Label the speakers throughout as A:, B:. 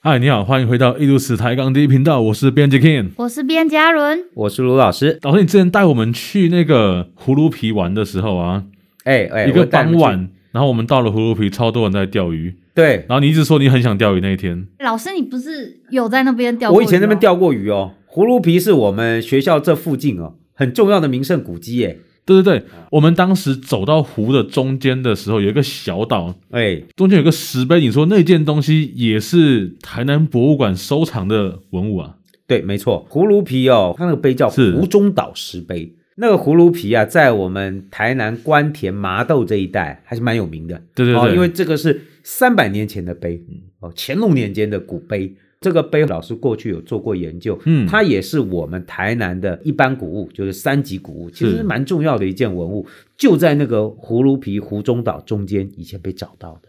A: 嗨，你好，欢迎回到艺术史台港第一频道，我是编辑 King。
B: 我是边嘉伦，
C: 我是卢老师。
A: 老师，你之前带我们去那个葫芦皮玩的时候啊，
C: 哎哎，
A: 一个
C: 我带
A: 傍
C: 你们去，
A: 晚，然后我们到了葫芦皮，超多人在钓鱼，
C: 对
A: 然后你一直说你很想钓鱼那一天，
B: 老师你不是有在那边钓过
C: 我
B: 鱼哦
C: 以前那边
B: 吗，
C: 钓过鱼哦。葫芦皮是我们学校这附近哦很重要的名胜古迹耶。
A: 对对对，我们当时走到湖的中间的时候，有一个小岛，
C: 哎，
A: 中间有个石碑，你说那件东西也是台南博物馆收藏的文物啊？
C: 对，没错，葫芦皮哦，它那个碑叫
A: 是
C: 湖中岛石碑。那个葫芦皮啊，在我们台南关田麻豆这一带还是蛮有名的。
A: 对嗯对
C: 哦，
A: 对
C: 因为这个是三百年前的碑，哦，乾隆年间的古碑。这个碑老师过去有做过研究，
A: 嗯
C: 它也是我们台南的一般古物，就是三级古物，其
A: 是
C: 实蛮重要的一件文物，就在那个葫芦皮湖中岛中间，以前被找到的。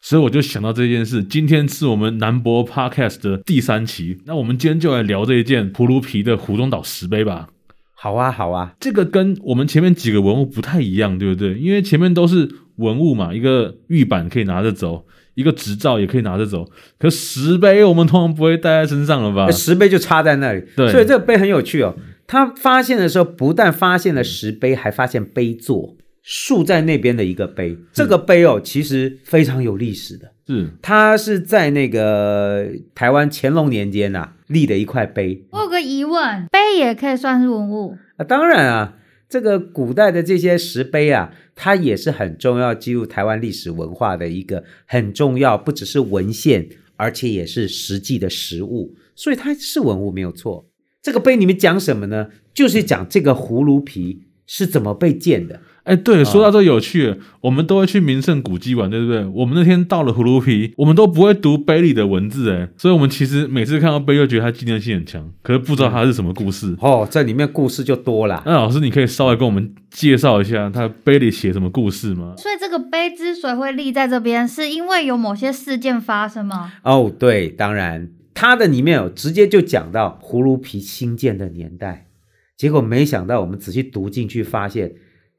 A: 所以我就想到这件事，今天是我们南博 Podcast 的第三期，那我们今天就来聊这一件葫芦皮的湖中岛石碑吧。
C: 好啊，好啊，
A: 这个跟我们前面几个文物不太一样，对不对？因为前面都是文物嘛，一个玉板可以拿着走，一个执照也可以拿着走。可石碑我们通常不会带在身上了吧
C: 那？哎石碑就插在那里。
A: 啊对
C: 所以这个碑很有趣哦。他发现的时候，不但发现了石碑，还发现碑座，竖在那边的一个碑。这个碑哦，其实非常有历史的。
A: 是
C: 它是在那个台湾乾隆年间呐、立的一块碑
B: 我有个疑问，碑也可以算是文物，
C: 啊。当然啊，这个古代的这些石碑啊，它也是很重要记录台湾历史文化的一个很重要，不只是文献，而且也是实际的实物，所以它是文物没有错。这个碑里面讲什么呢？就是讲这个葫芦皮是怎么被建的。
A: 哎，对，说到这有趣，我们都会去名胜古迹玩，对不对？我们那天到了葫芦皮，我们都不会读碑里的文字，哎，所以我们其实每次看到碑就觉得它纪念性很强，可是不知道它是什么故事。
C: 哦，这里面故事就多了。
A: 那老师，你可以稍微跟我们介绍一下它碑里写什么故事吗？
B: 所以这个碑之所以会立在这边，是因为有某些事件发生吗？
C: 哦，对，当然，它的里面有直接就讲到葫芦皮兴建的年代，结果没想到我们仔细读进去，发现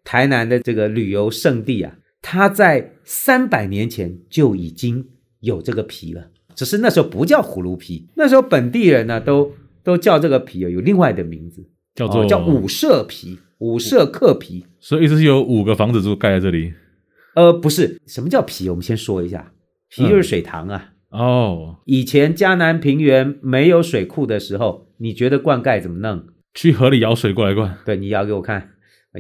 C: 台南的这个旅游胜地啊，它在三百年前就已经有这个皮了，只是那时候不叫葫芦皮，那时候本地人呢都都叫这个皮有另外的名字，
A: 叫做、
C: 哦叫五社皮、五社客皮。
A: 所以意思是有五个房子就盖在这里
C: 呃，不是，什么叫皮？我们先说一下，皮就是水塘啊。
A: 哦。
C: 以前迦南平原没有水库的时候，你觉得灌溉怎么弄？
A: 去河里舀水过来灌。
C: 对你舀给我看，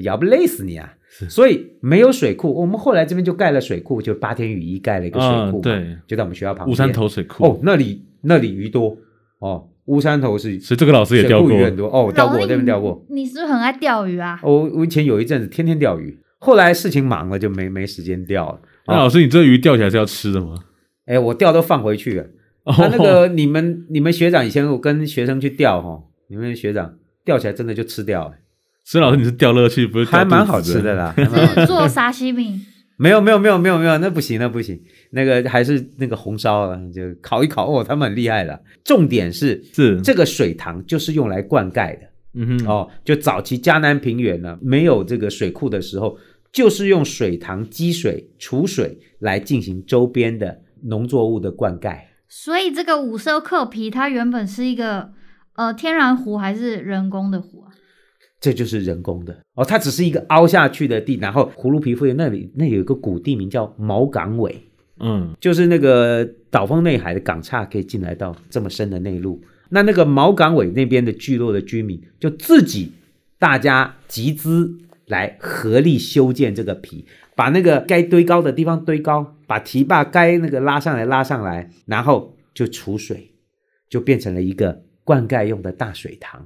C: 舀不累死你啊！所以没有水库，我们后来这边就盖了水库，就八天雨衣盖了一个水
A: 啊
C: 库嘛、
A: 对，
C: 就在我们学校旁
A: 乌
C: 边。
A: 山头水库，
C: 哦，那里那里鱼多哦，乌山头是
A: 所以这个老师也
C: 水
A: 钓
C: 库
A: 过
C: 鱼。很多哦，钓
B: 老
C: 过
B: 师
C: 这边钓过。
B: 你，你是不是很爱钓鱼啊？
C: 我、我以前有一阵子天天钓鱼，后来事情忙了就没没时间钓了。
A: 那老师，你这鱼钓起来是要吃的吗？
C: 哎，我钓都放回去了。
A: 哦
C: 他那个你们你们学长以前我跟学生去钓哈，你们学长钓起来真的就吃掉，
A: 所以老师你是钓乐趣，不是钓
C: 还蛮
A: 肚
C: 好
A: 子
C: 吃的。 啦。还蛮好
B: 是做沙西米，
C: 没有没有没有没有没有，那不行那不行，那个还是那个红烧啊，就烤一烤哦，他们很厉害的。重点是
A: 是，
C: 这个水塘就是用来灌溉的
A: 嗯哼，
C: 哦，就早期迦南平原呢没有这个水库的时候，就是用水塘积水储水来进行周边的农作物的灌溉。
B: 所以这个五色克皮它原本是一个呃天然湖还是人工的湖啊？
C: 这就是人工的哦，它只是一个凹下去的地，然后葫芦皮附近那里那里有一个古地名叫毛港尾，
A: 嗯，
C: 就是那个岛风内海的港岔可以进来到这么深的内陆。那那个毛港尾那边的聚落的居民就自己大家集资来合力修建这个皮，把那个该堆高的地方堆高，把堤坝该那个拉上来拉上来，然后就储水，就变成了一个灌溉用的大水塘。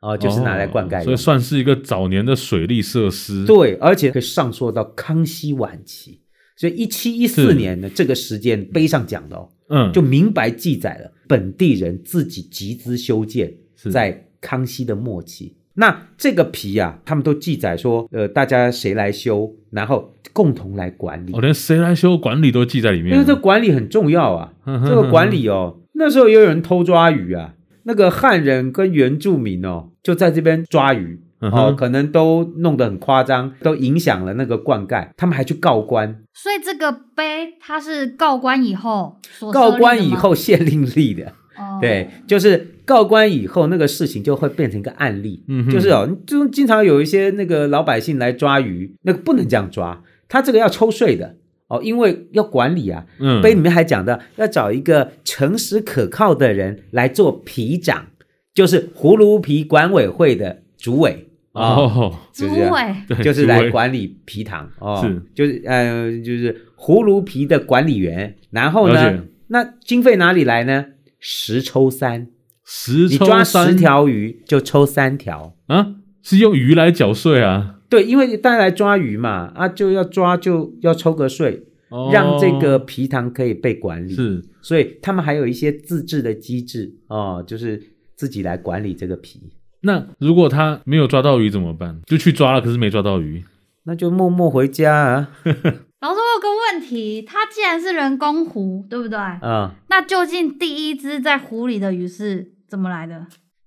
C: 哦，就是拿来灌
A: 哦
C: 溉、用
A: 所以
C: 的。
A: 算是一个早年的水利设施。
C: 对，而且可以上溯到康熙晚期，所以一七一
A: 是
C: 四年呢，这个时间碑上讲的哦，
A: 嗯，
C: 就明白记载了本地人自己集资修建
A: 是，
C: 在康熙的末期。那这个皮啊，他们都记载说，呃，大家谁来修，然后共同来管理
A: 我、，哦连谁来修管理都记在里面。嗯
C: 因为这管理很重要啊。这个管理哦，那时候也有人偷抓鱼啊，那个汉人跟原住民哦，就在这边抓鱼，
A: 嗯
C: 哦，
A: 哼，
C: 可能都弄得很夸张，都影响了那个灌溉，他们还去告官，
B: 所以这个碑它是告官以后所设立的
C: 告
B: 吗
C: 官以，后县令立的，
B: 哦、
C: 对，就是告官以后那个事情就会变成一个案例，
A: 嗯哼
C: 就是哦，就经常有一些那个老百姓来抓鱼，那个不能这样抓，他这个要抽税的哦，因为要管理啊，
A: 嗯，
C: 碑里面还讲到要找一个诚实可靠的人来做皮长，就是葫芦皮管委会的主委啊。
A: 哦，
B: 主
C: 就是这
B: 委
A: 对
C: 就是
A: 主
C: 来
A: 委
C: 管理皮糖哦，
A: 是
C: 就是呃就是葫芦皮的管理员，然后
A: 了解
C: 呢，那经费哪里来呢？十抽三，
A: 十
C: 你
A: 抽
C: 抓
A: 三
C: 十条鱼就抽三条，
A: 啊，是用鱼来缴税啊，
C: 对，因为大家来抓鱼嘛，啊就要抓就要抽个税，
A: 哦
C: 让这个皮糖可以被管理，
A: 是
C: 所以他们还有一些自治的机制哦，就是自己来管理这个皮，
A: 那如果他没有抓到鱼怎么办？就去抓了，可是没抓到鱼，
C: 那就默默回家啊，
B: 老师，我有个问题，它既然是人工湖，对不对？
C: 啊、
B: 那究竟第一只在湖里的鱼是怎么来的？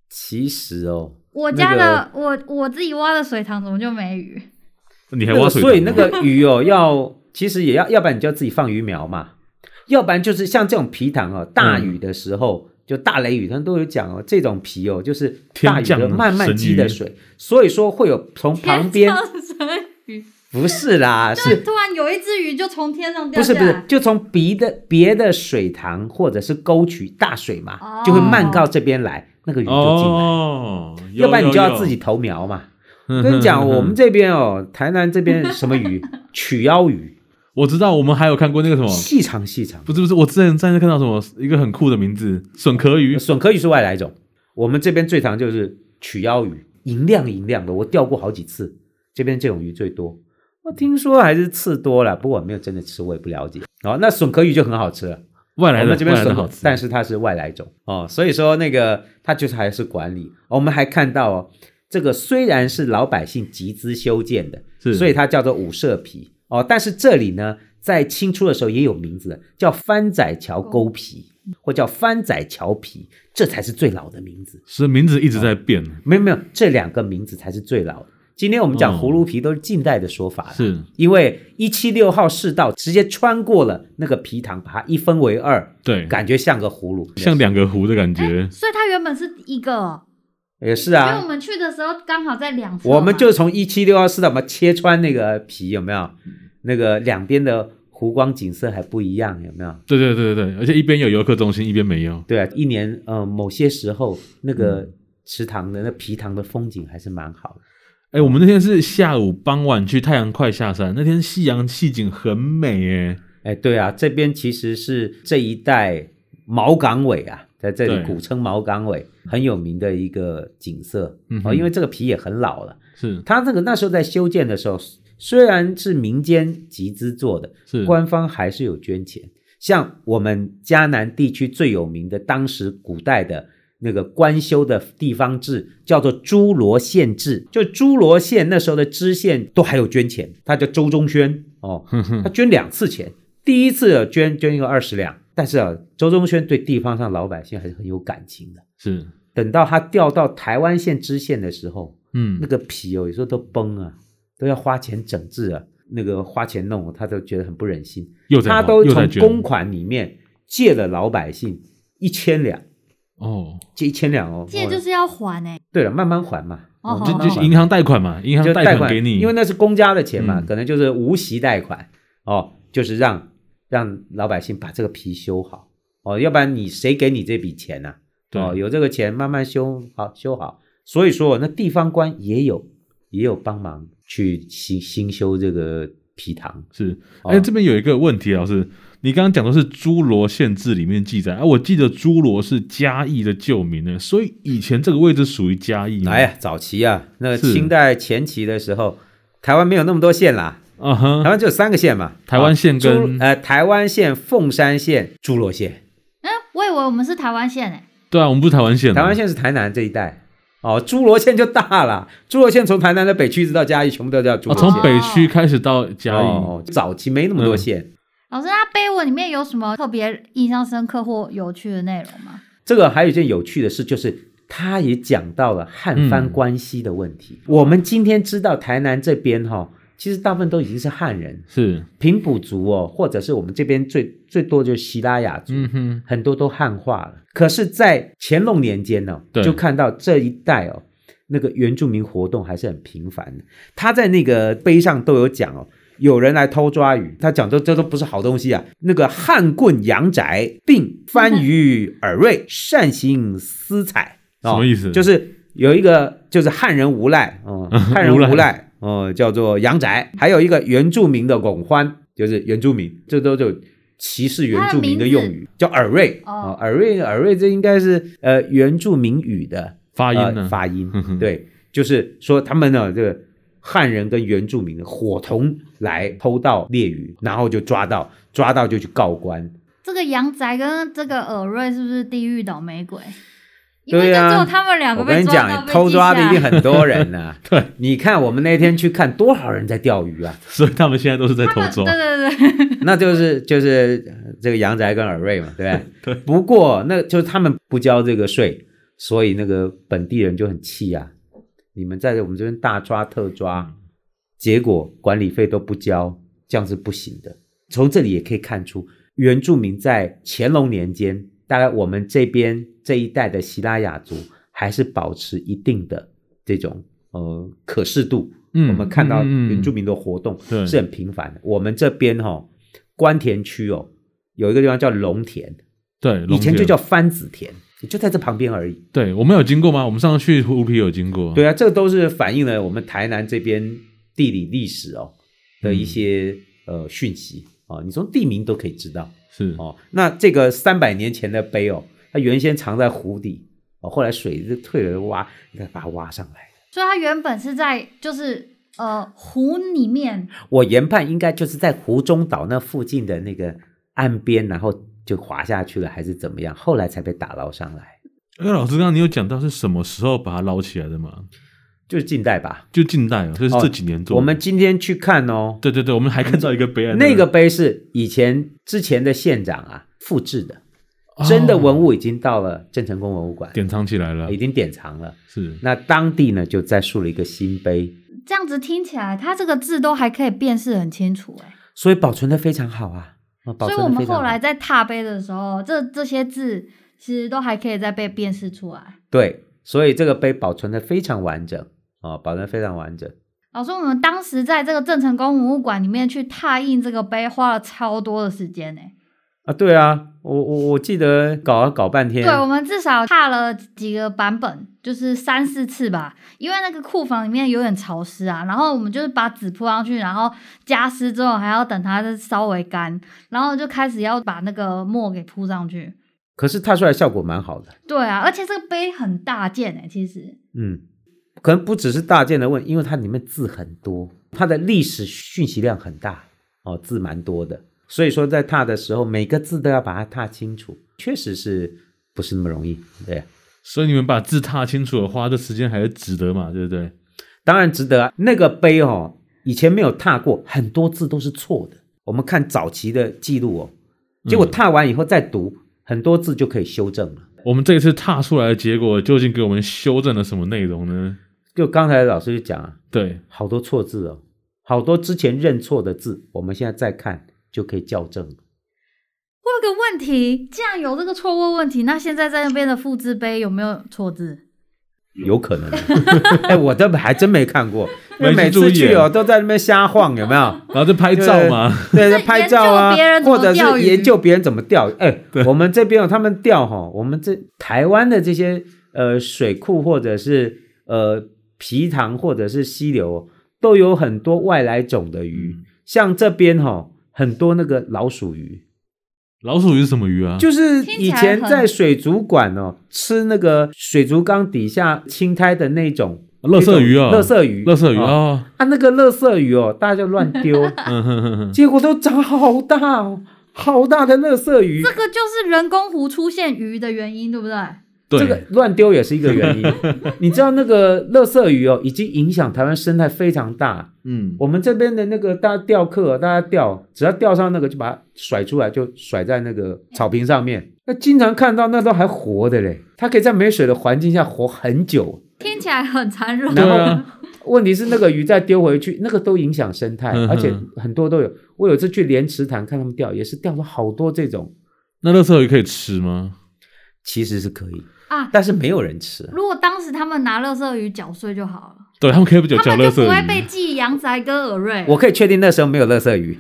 C: 其实哦。
B: 我
C: 那
B: 家
C: 个
B: 的、我我自己挖的水塘怎么就没鱼？
A: 你还
C: 那
A: 挖
C: 个
A: 水塘吗、啊
C: 所以那个鱼哦， 要其实也要，要不然你就要自己放鱼苗嘛，要不然就是像这种皮塘哦，大
A: 嗯
C: 雨的时候、就大雷雨，他们都有讲哦，这种皮哦就是大雨
A: 天
C: 的
A: 降
C: 慢慢
A: 神
C: 积的
A: 鱼
C: 水，所以说会有从旁 边
B: 天上神鱼，
C: 不是啦，
B: 就是突然有一只鱼就从天上掉
C: 不
B: 下
C: 是
B: 来，
C: 不是就从别的别的水塘或者是沟渠大水嘛，就会漫到这边来，那个鱼就进来，
A: 哦，
C: 要不然你就要自己
A: 有。嗯
C: 投苗嘛。
A: 有有
C: 跟你讲，我们这边哦，台南这边什么鱼，曲腰鱼，
A: 我知道，我们还有看过那个什么，
C: 细长细长。
A: 不是不是，我之前在那看到什么一个很酷的名字，笋壳鱼，
C: 笋壳鱼是外来种，我们这边最常就是曲腰鱼，银亮银亮的，我钓过好几次，这边这种鱼最多。我听说还是刺多了，不过我没有真的吃，我也不了解。哦，那笋壳鱼就很好吃了，
A: 外来
C: 我
A: 的
C: 们这边
A: 外来的
C: 笋
A: 好
C: 壳
A: 吃，，
C: 但是它是外来种哦，所以说那个它就是还是管理。我们还看到哦，这个虽然是老百姓集资修建的，
A: 是
C: 所以它叫做五社皮哦，但是这里呢，在清初的时候也有名字的，叫番仔桥沟皮，或叫番仔桥皮，这才是最老的名字。
A: 是名字一直在变，
C: 没有没有，这两个名字才是最老的。今天我们讲
A: 哦
C: 葫芦皮都是近代的说法了，
A: 是
C: 因为一七六号市道直接穿过了那个皮塘，把它一分为二，
A: 对，
C: 感觉哎像个葫芦，
A: 像两个湖的感觉，
B: 所以它原本是一个哦、
C: 也是
B: 因为
C: 啊
B: 我。们去的时候刚好在两侧嘛，
C: 我们就从一七六二四的，我们切穿那个皮有没有？那个两边的湖光景色还不一样，有没有？
A: 对对对对对，而且一边有游客中心，一边没有，
C: 对啊，一年呃某些时候那个
A: 嗯
C: 池塘的那皮塘的风景还是蛮好的。
A: 哎，我们那天是下午傍晚去，太阳快下山，那天夕阳气景很美耶，
C: 哎，对啊，这边其实是这一带毛港尾啊，在这
A: 对
C: 里古称毛港尾，很有名的一个景色。
A: 嗯哼
C: 哦，因为这个皮也很老了，
A: 是
C: 它那个那时候在修建的时候，虽然是民间集资做的，
A: 是，
C: 官方还是有捐钱。像我们迦南地区最有名的，当时古代的那个官修的地方制叫做诸罗县制，就诸罗县那时候的知县都还有捐钱，他叫周中轩哦，
A: 哼哼
C: 他捐两次钱，第一次捐捐一个二十两，但是啊，周中轩对地方上老百姓还是很有感情的。
A: 是，
C: 等到他调到台湾县知县的时候，
A: 嗯
C: 那，个皮哦，有时候都崩啊，都要花钱整治啊，那个花钱弄，他都觉得很不忍心。
A: 又在
C: 他
A: 跑
C: 都
A: 又在
C: 从
A: 捐
C: 公款里面借了老百姓一千两，
A: 哦，
C: 借一千两哦。
B: 借
C: 哦
B: 就是要还哎、
C: 对了，慢慢还嘛。
B: 哦
C: 哦
B: 好
A: 就
B: 好
A: 就
B: 好
A: 是银行贷款嘛，银行
C: 就
A: 贷
C: 款
A: 给你，
C: 因为那是公家的钱嘛，
A: 嗯
C: 可能就是无息贷款哦，就是让让老百姓把这个皮修好哦，要不然你谁给你这笔钱呢、
A: 对
C: 哦，有这个钱慢慢修好修好，所以说那地方官也有也有帮忙去新新修这个皮塘，
A: 是，
C: 哦
A: 哎、这边有一个问题，老师，你刚刚讲的是《侏罗县志》里面记载，啊，我记得侏罗是嘉义的旧名呢，所以以前这个位置属于嘉义吗。
C: 哎呀，早期啊，那个
A: 嗯是
C: 清代前期的时候，台湾没有那么多县啦，
A: 啊
C: 台
A: 哈，
C: 湾只有三个县嘛，
A: 台湾县
C: 诸
A: 跟
C: 呃台湾县、凤山县、诸罗县。
B: 嗯，我以为我们是台湾县哎、
A: 对啊，我们不是台湾县啊，
C: 台湾县是台南这一带，哦，诸罗县就大了，诸罗县从台南的北区一直到嘉义，全部都叫诸
A: 哦，
C: 罗县。
A: 从北区开始到嘉义，嗯
C: 哦，早期没那么多县，
B: 老师，那碑文里面有什么特别印象深刻或有趣的内容吗？
C: 这个还有一件有趣的事，就是他也讲到了汉
A: 嗯
C: 番关系的问题。我们今天知道台南这边哈、其实大部分都已经是汉人，
A: 是，
C: 平埔族哦，或者是我们这边最最多就是西拉雅族，
A: 嗯哼，
C: 很多都汉化了。可是，在乾隆年间呢、
A: 对
C: 就看到这一带哦，那个原住民活动还是很频繁的。他在那个碑上都有讲哦，有人来偷抓鱼，他讲这这都不是好东西啊。那个汉棍阳宅，并番于耳瑞，善行私采，
A: 什
C: 哦、
A: 么意思？
C: 就是是有一个就是汉人无 赖，哦、汉人
A: 嗯无赖
C: 无赖，哦、叫做阳宅，还有一个原住民的拱欢，就是原住民，这都就歧视原住民的用语，叫耳瑞，
B: 哦
C: 哦，耳瑞耳瑞，这应该是呃原住民语的
A: 发音
C: 呃、
A: 呢？嗯
C: 发音
A: 哼哼，
C: 对，就是说他们呢这个。汉人跟原住民伙同来偷盗猎鱼，然后就抓到，抓到就去告官，
B: 这个阳宅跟这个尔瑞是不是地狱倒霉鬼？因为
C: 对
B: 就
C: 啊
B: 只有他们两个
C: 我跟
B: 被
C: 你
B: 抓到
C: 讲，欸
B: 被
C: 偷
B: 记
C: 抓
B: 下
C: 的一定
B: 来
C: 很多 人呐、
A: 对，
C: 你看我们那天去看多少人在钓鱼啊？
A: 所以他们现在都是在偷
B: 对
A: 抓，
B: 对对对，
C: 那就是就是呃这个杨宅跟尔瑞嘛，对不对？对。不过那就是他们不交这个税，所以那个本地人就很气啊！你们在我们这边大抓特抓，结果管理费都不交，这样是不行的。从这里也可以看出，原住民在乾隆年间，大概我们这边这一带的希拉雅族还是保持一定的这种呃可视度。
A: 嗯
C: 我们看到
A: 嗯嗯嗯
C: 原住民的活动
A: 对
C: 是很频繁的。我们这边哈、哦，关田区哦，有一个地方叫龙田，
A: 对，龙
C: 以前就
A: 田
C: 叫番子田，也就在这旁边而已。
A: 对，我们有经过吗？我们上次去湖皮有经过，，
C: 对啊，这个都是反映了我们台南这边地理历史哦的一些、
A: 嗯
C: 呃讯息啊、哦，你从地名都可以知道。
A: 是，
C: 哦，那这个三百年前的碑哦，它原先藏在湖底哦，后来水就退了，挖，你看把它挖上来。
B: 所以他原本是在就是呃湖里面，
C: 我研判应该就是在湖中岛那附近的那个岸边，然后就滑下去了，还是怎么样？后来才被打捞上来，
A: 因为哎老师刚刚你有讲到是什么时候把它捞起来的嘛？
C: 就是近代吧。
A: 就近代哦，这是
C: 哦
A: 这几年做的。
C: 我们今天去看哦，
A: 对对对，我们还看到一个碑案，
C: 那个碑是以前之前的县长啊复制的，
A: 哦
C: 真的文物已经到了郑成功文物馆，
A: 典藏起来了
C: 已，经典藏了。
A: 是
C: 那当地呢就再树了一个新碑，
B: 这样子听起来，他这个字都还可以辨识很清楚哎、
C: 所以保存的非常好啊。啊保
B: 所以
C: 存
B: 我
C: 得
B: 们
C: 非常
B: 后
C: 好
B: 来在踏碑的时候，这这些字其实都还可以再被辨识出来。
C: 对，所以这个碑保存的非常完整啊、保存得非常完整。
B: 老师，我们当时在这个郑成功文物馆里面去拓印这个碑，花了超多的时间呢、欸
C: 啊，对啊，我我我记得搞啊搞半天，
B: 对，我们至少踏了几个版本，就是三四次吧。因为那个库房里面有点潮湿啊，然后我们就是把纸铺上去，然后加湿之后还要等它再稍微干，然后就开始要把那个墨给铺上去。
C: 可是踏出来效果蛮好的，
B: 对啊，而且这个碑很大件哎、其实
C: 嗯，可能不只是大件的问，因为它里面字很多，它的历史讯息量很大哦，字蛮多的，所以说在踏的时候，每个字都要把它踏清楚，确实是不是那么容易，对。
A: 所以你们把字踏清楚的话，这时间还是值得嘛，对不对？
C: 当然值得啊。那个碑哦，以前没有踏过，很多字都是错的。我们看早期的记录哦，结果踏完以后再读，很多字就可以修正了。
A: 我们这一次踏出来的结果，究竟给我们修正了什么内容呢？
C: 就刚才老师就讲啊，
A: 对，
C: 好多错字哦，好多之前认错的字，我们现在再看就可以校正
B: 嗯
C: 了。
B: 我有个问题，既然有这个错误问题，那现在在那边的复制碑有没有错字？
C: 有可能， 哎，我都还真没 看过，因为
A: 没
C: 每
A: 去注意
C: 次
B: 啊
C: 去哦都在那边瞎晃，有没有？
A: 然后就拍照嘛，
C: 对，在拍照啊
B: 研究别人，怎么
C: 或者
B: 钓
C: 是
B: 鱼
C: 研究别人怎么钓鱼。哎，我们这边有他们钓哈，我们这台湾的这些呃水库或者是呃皮塘或者是溪流哦，都有很多外来种的鱼，
B: 嗯
C: 像这边哈很多那个老鼠鱼，
A: 老鼠鱼是什么鱼啊？
C: 就是
B: 听起
C: 以
B: 来
C: 前
B: 很
C: 在水族馆哦吃那个水族缸底下青苔的那种
A: 垃圾鱼
C: 啊，
A: 啊，
C: 乐色鱼，
A: 乐色鱼
C: 哦
A: 啊，
C: 啊，那个乐色鱼哦，大家就乱 丢。
A: 嗯哼哼哼，
C: 结果都长好大哦，好大的乐色鱼
B: 这。个就是人工湖出现鱼的原因，对不对？
A: 对，
C: 这个乱丢也是一个原因。你知道那个垃圾鱼哦，已经影响台湾生态非常大。
A: 嗯，
C: 我们这边的那个大家钓客，啊大家钓，只要钓上那个就把它甩出来，就甩在那个草坪上面。那经常看到那都还活的嘞，它可以在没水的环境下活很久。
B: 听起来很残忍。
A: 对啊，
C: 问题是那个鱼再丢回去，那个都影响生态
A: 嗯，哼
C: 而且很多都有。我有一次去莲池潭看他们钓，也是钓了好多这种，
A: 那乐色鱼可以吃吗？
C: 其实是可以，
B: 啊，
C: 但是没有人吃。
B: 如果当时他们拿垃圾鱼缴税就好了，
A: 对他们可以不
B: 他
A: 叫
B: 们
A: 乐
B: 就
A: 色
B: 不会被
A: 鱼，
B: 记阳宅跟耳瑞。
C: 我可以确定那时候没有乐 色鱼，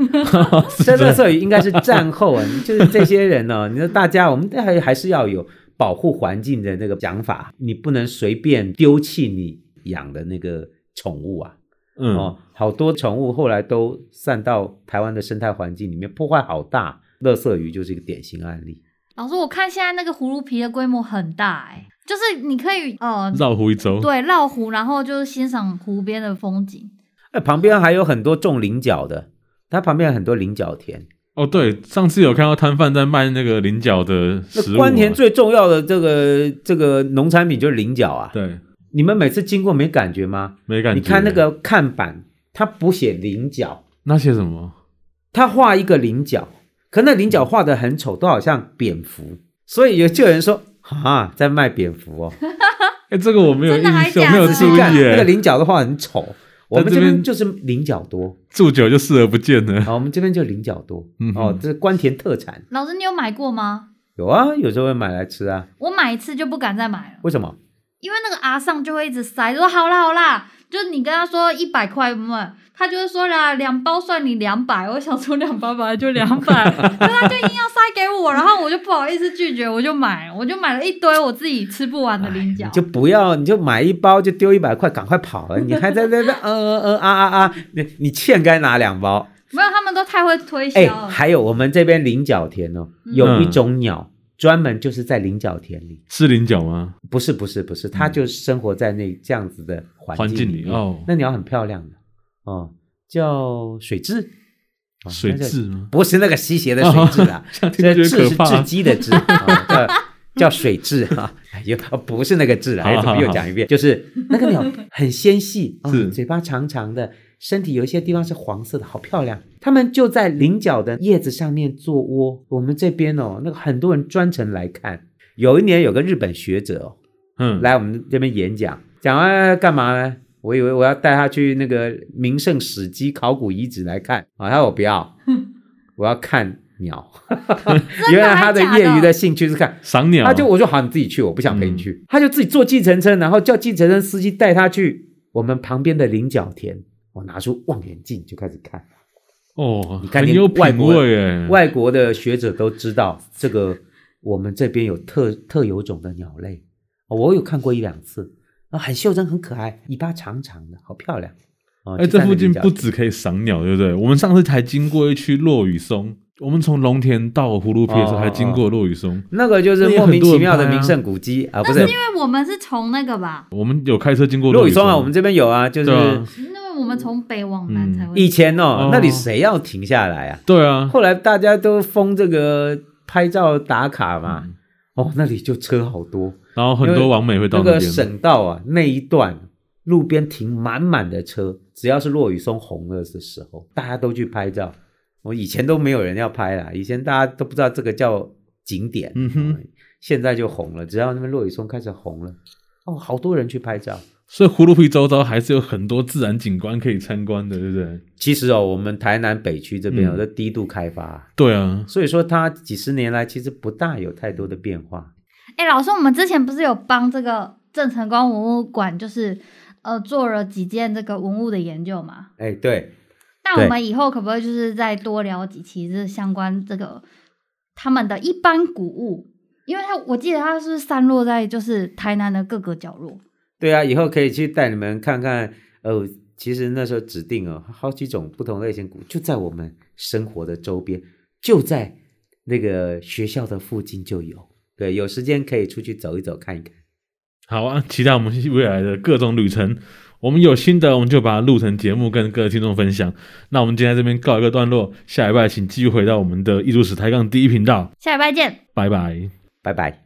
C: 这乐色鱼应该是战后啊， 就是这些人呢、你说大家我们还还是要有保护环境的那个想法，你不能随便丢弃你养的那个宠物啊。
A: 嗯
C: 哦，好多宠物后来都散到台湾的生态环境里面，破坏好大。乐色鱼就是一个典型案例。
B: 老师，我看现在那个葫芦皮的规模很大哎、就是你可以呃，
A: 绕湖一周，
B: 对，绕湖，然后就是欣赏湖边的风景。
C: 那哎旁边还有很多种菱角的，它旁边有很多菱角田。
A: 哦对，上次有看到摊贩在卖那个菱角的食物
C: 那
A: 嘛，啊
C: 关田最重要的这个这个农产品就是菱角啊。
A: 对，
C: 你们每次经过没感觉吗？
A: 没感觉。
C: 你看那个看板，它不写菱角，
A: 那些什么，
C: 它画一个菱角，可那菱角画的很丑，都好像蝙蝠，所以有就有人说 啊，在卖蝙蝠哦，
A: 哎，这个我没有
B: 真
A: 印
B: 的还
A: 象，
B: 假
A: 没有
B: 的
A: 注
C: 你
A: 意
C: 看那个
A: 耶，
C: 菱角都画得很丑。我们
A: 在
C: 这
A: 这边
C: 边就是菱角 多，
A: 住久就视而不见了。
C: 啊，我们这边就菱角多
A: 嗯，哼
C: 哦，这是关田特产，
B: 老师，你有买过吗？
C: 有啊，有时候会买来吃啊。
B: 我买一次就不敢再买了，
C: 为什么？
B: 因为那个阿尚就会一直塞，说好啦好啦，就是你跟他说一百块有没有？他就是说啦，两包算你两百，我想说两包本来就两百，可他就硬要塞给我，然后我就不好意思拒绝，我就买，我就买了一堆我自己吃不完的菱角
C: 啊你。就不要，你就买一包就丢一百块，赶快跑了，你还在那边嗯嗯嗯啊啊啊，你你欠该拿两包。
B: 没有，他们都太会推销
C: 哎，
B: 了。
C: 还有我们这边菱角田哦，
B: 嗯
C: 有一种鸟专门就是在菱角田里，
A: 是菱角吗？
C: 不是不是不是，
B: 嗯
C: 它就生活在那这样子的
A: 环
C: 环
A: 境
C: 里
A: 里。哦，
C: 那鸟很漂亮的哦，叫水蛭，哦
A: 水，
C: 那
A: 蛭哦
C: 个
A: 吗？
C: 不是那个吸血的水 蛭啊，
A: 这样听
C: 这
A: 着
C: 个
A: 觉得
C: 蛭
A: 可
C: 是
A: 怕
C: 雉。鸡的雉，哦叫叫水蛭 啊，哎呦，不是那个雉啊，哎
A: 好
C: 怎么
A: 好
C: 又
A: 好
C: 讲一遍？就是那 个鸟很纤细，啊
A: 是，
C: 嘴巴长长的，身体有一些地方是黄色的，好漂亮。它们就在菱角的叶子上面做窝。我们这边哦，那个很多人专程来看。有一年有个日本学者哦，
A: 嗯，
C: 来我们这边演讲，讲完干嘛呢？我以为我要带他去那个名胜史迹考古遗址来看啊，他说我不 要，我要看鸟。原来他的业余的兴趣是看，
A: 赏鸟，
C: 他就我说好，你自己去，我不想陪你去。
A: 嗯
C: 他就自己坐计程车，然后叫计程车司机带他去我们旁边的菱角田。我拿出望远镜就开始看，
A: 哦，
C: 你看
A: 很
C: 连
A: 有
C: 外
A: 品
C: 国
A: 味哎，
C: 外国的学者都知道这个，我们这边有特特有种的鸟类，哦我有看过一两次，啊，很袖珍，很可爱，尾巴长长的，好漂亮。哦，
A: 哎，
C: 就
A: 这
C: 在那
A: 附
C: 里
A: 近
C: 讲
A: 不止可以赏鸟，对不对？我们上次还经过一区落羽松，我们从龙田到葫芦皮的时候
C: 哦
A: 还经过落羽松，
C: 那个就是莫名其妙的名胜古迹啊，不是
B: 因为我们是从那个吧，
A: 我们有开车经过
C: 陆
A: 羽
C: 羽松啊，我们这边有啊，就是
A: 对啊
B: 因为我们从北往南才会。
C: 以前
A: 哦
C: 哦，那里谁要停下来啊？
A: 对啊，
C: 后来大家都封这个拍照打卡嘛，
A: 嗯
C: 哦，那里就车好多，
A: 然后很多网美会到
C: 那
A: 那
C: 个
A: 边，
C: 省道啊那一段路边停满满的车，只要是落雨松红了的时候，大家都去拍照。我以前都没有人要拍啦，以前大家都不知道这个叫景点，哦
A: 嗯哼，
C: 现在就红了，只要那边落雨松开始红了，哦，好多人去拍照。
A: 所以葫芦皮周遭还是有很多自然景观可以参观的，对不对？
C: 其实哦，我们台南北区这边有哦
A: 嗯
C: 在低度开发啊、
A: 对啊，
C: 所以说它几十年来其实不大有太多的变化。
B: 哎、老师，我们之前不是有帮这个郑成功文物馆，就是呃做了几件这个文物的研究嘛？
C: 哎，对，
B: 那
C: 对
B: 我们以后可不可以就是再多聊几期这相关这个他们的一般古物？因为它我记得它是散落在就是台南的各个角落。
C: 对啊，以后可以去带你们看看。呃，其实那时候指定哦，好几种不同类型股就在我们生活的周边，就在那个学校的附近就有。对，有时间可以出去走一走，看一看。
A: 好啊，期待我们未来的各种旅程。我们有新的，我们就把它录成节目跟各位听众分享。那我们今天在这边告一个段落，下礼拜请继续回到我们的艺术史抬杠第一频道，
B: 下礼拜见。
A: 拜拜。
C: 拜拜。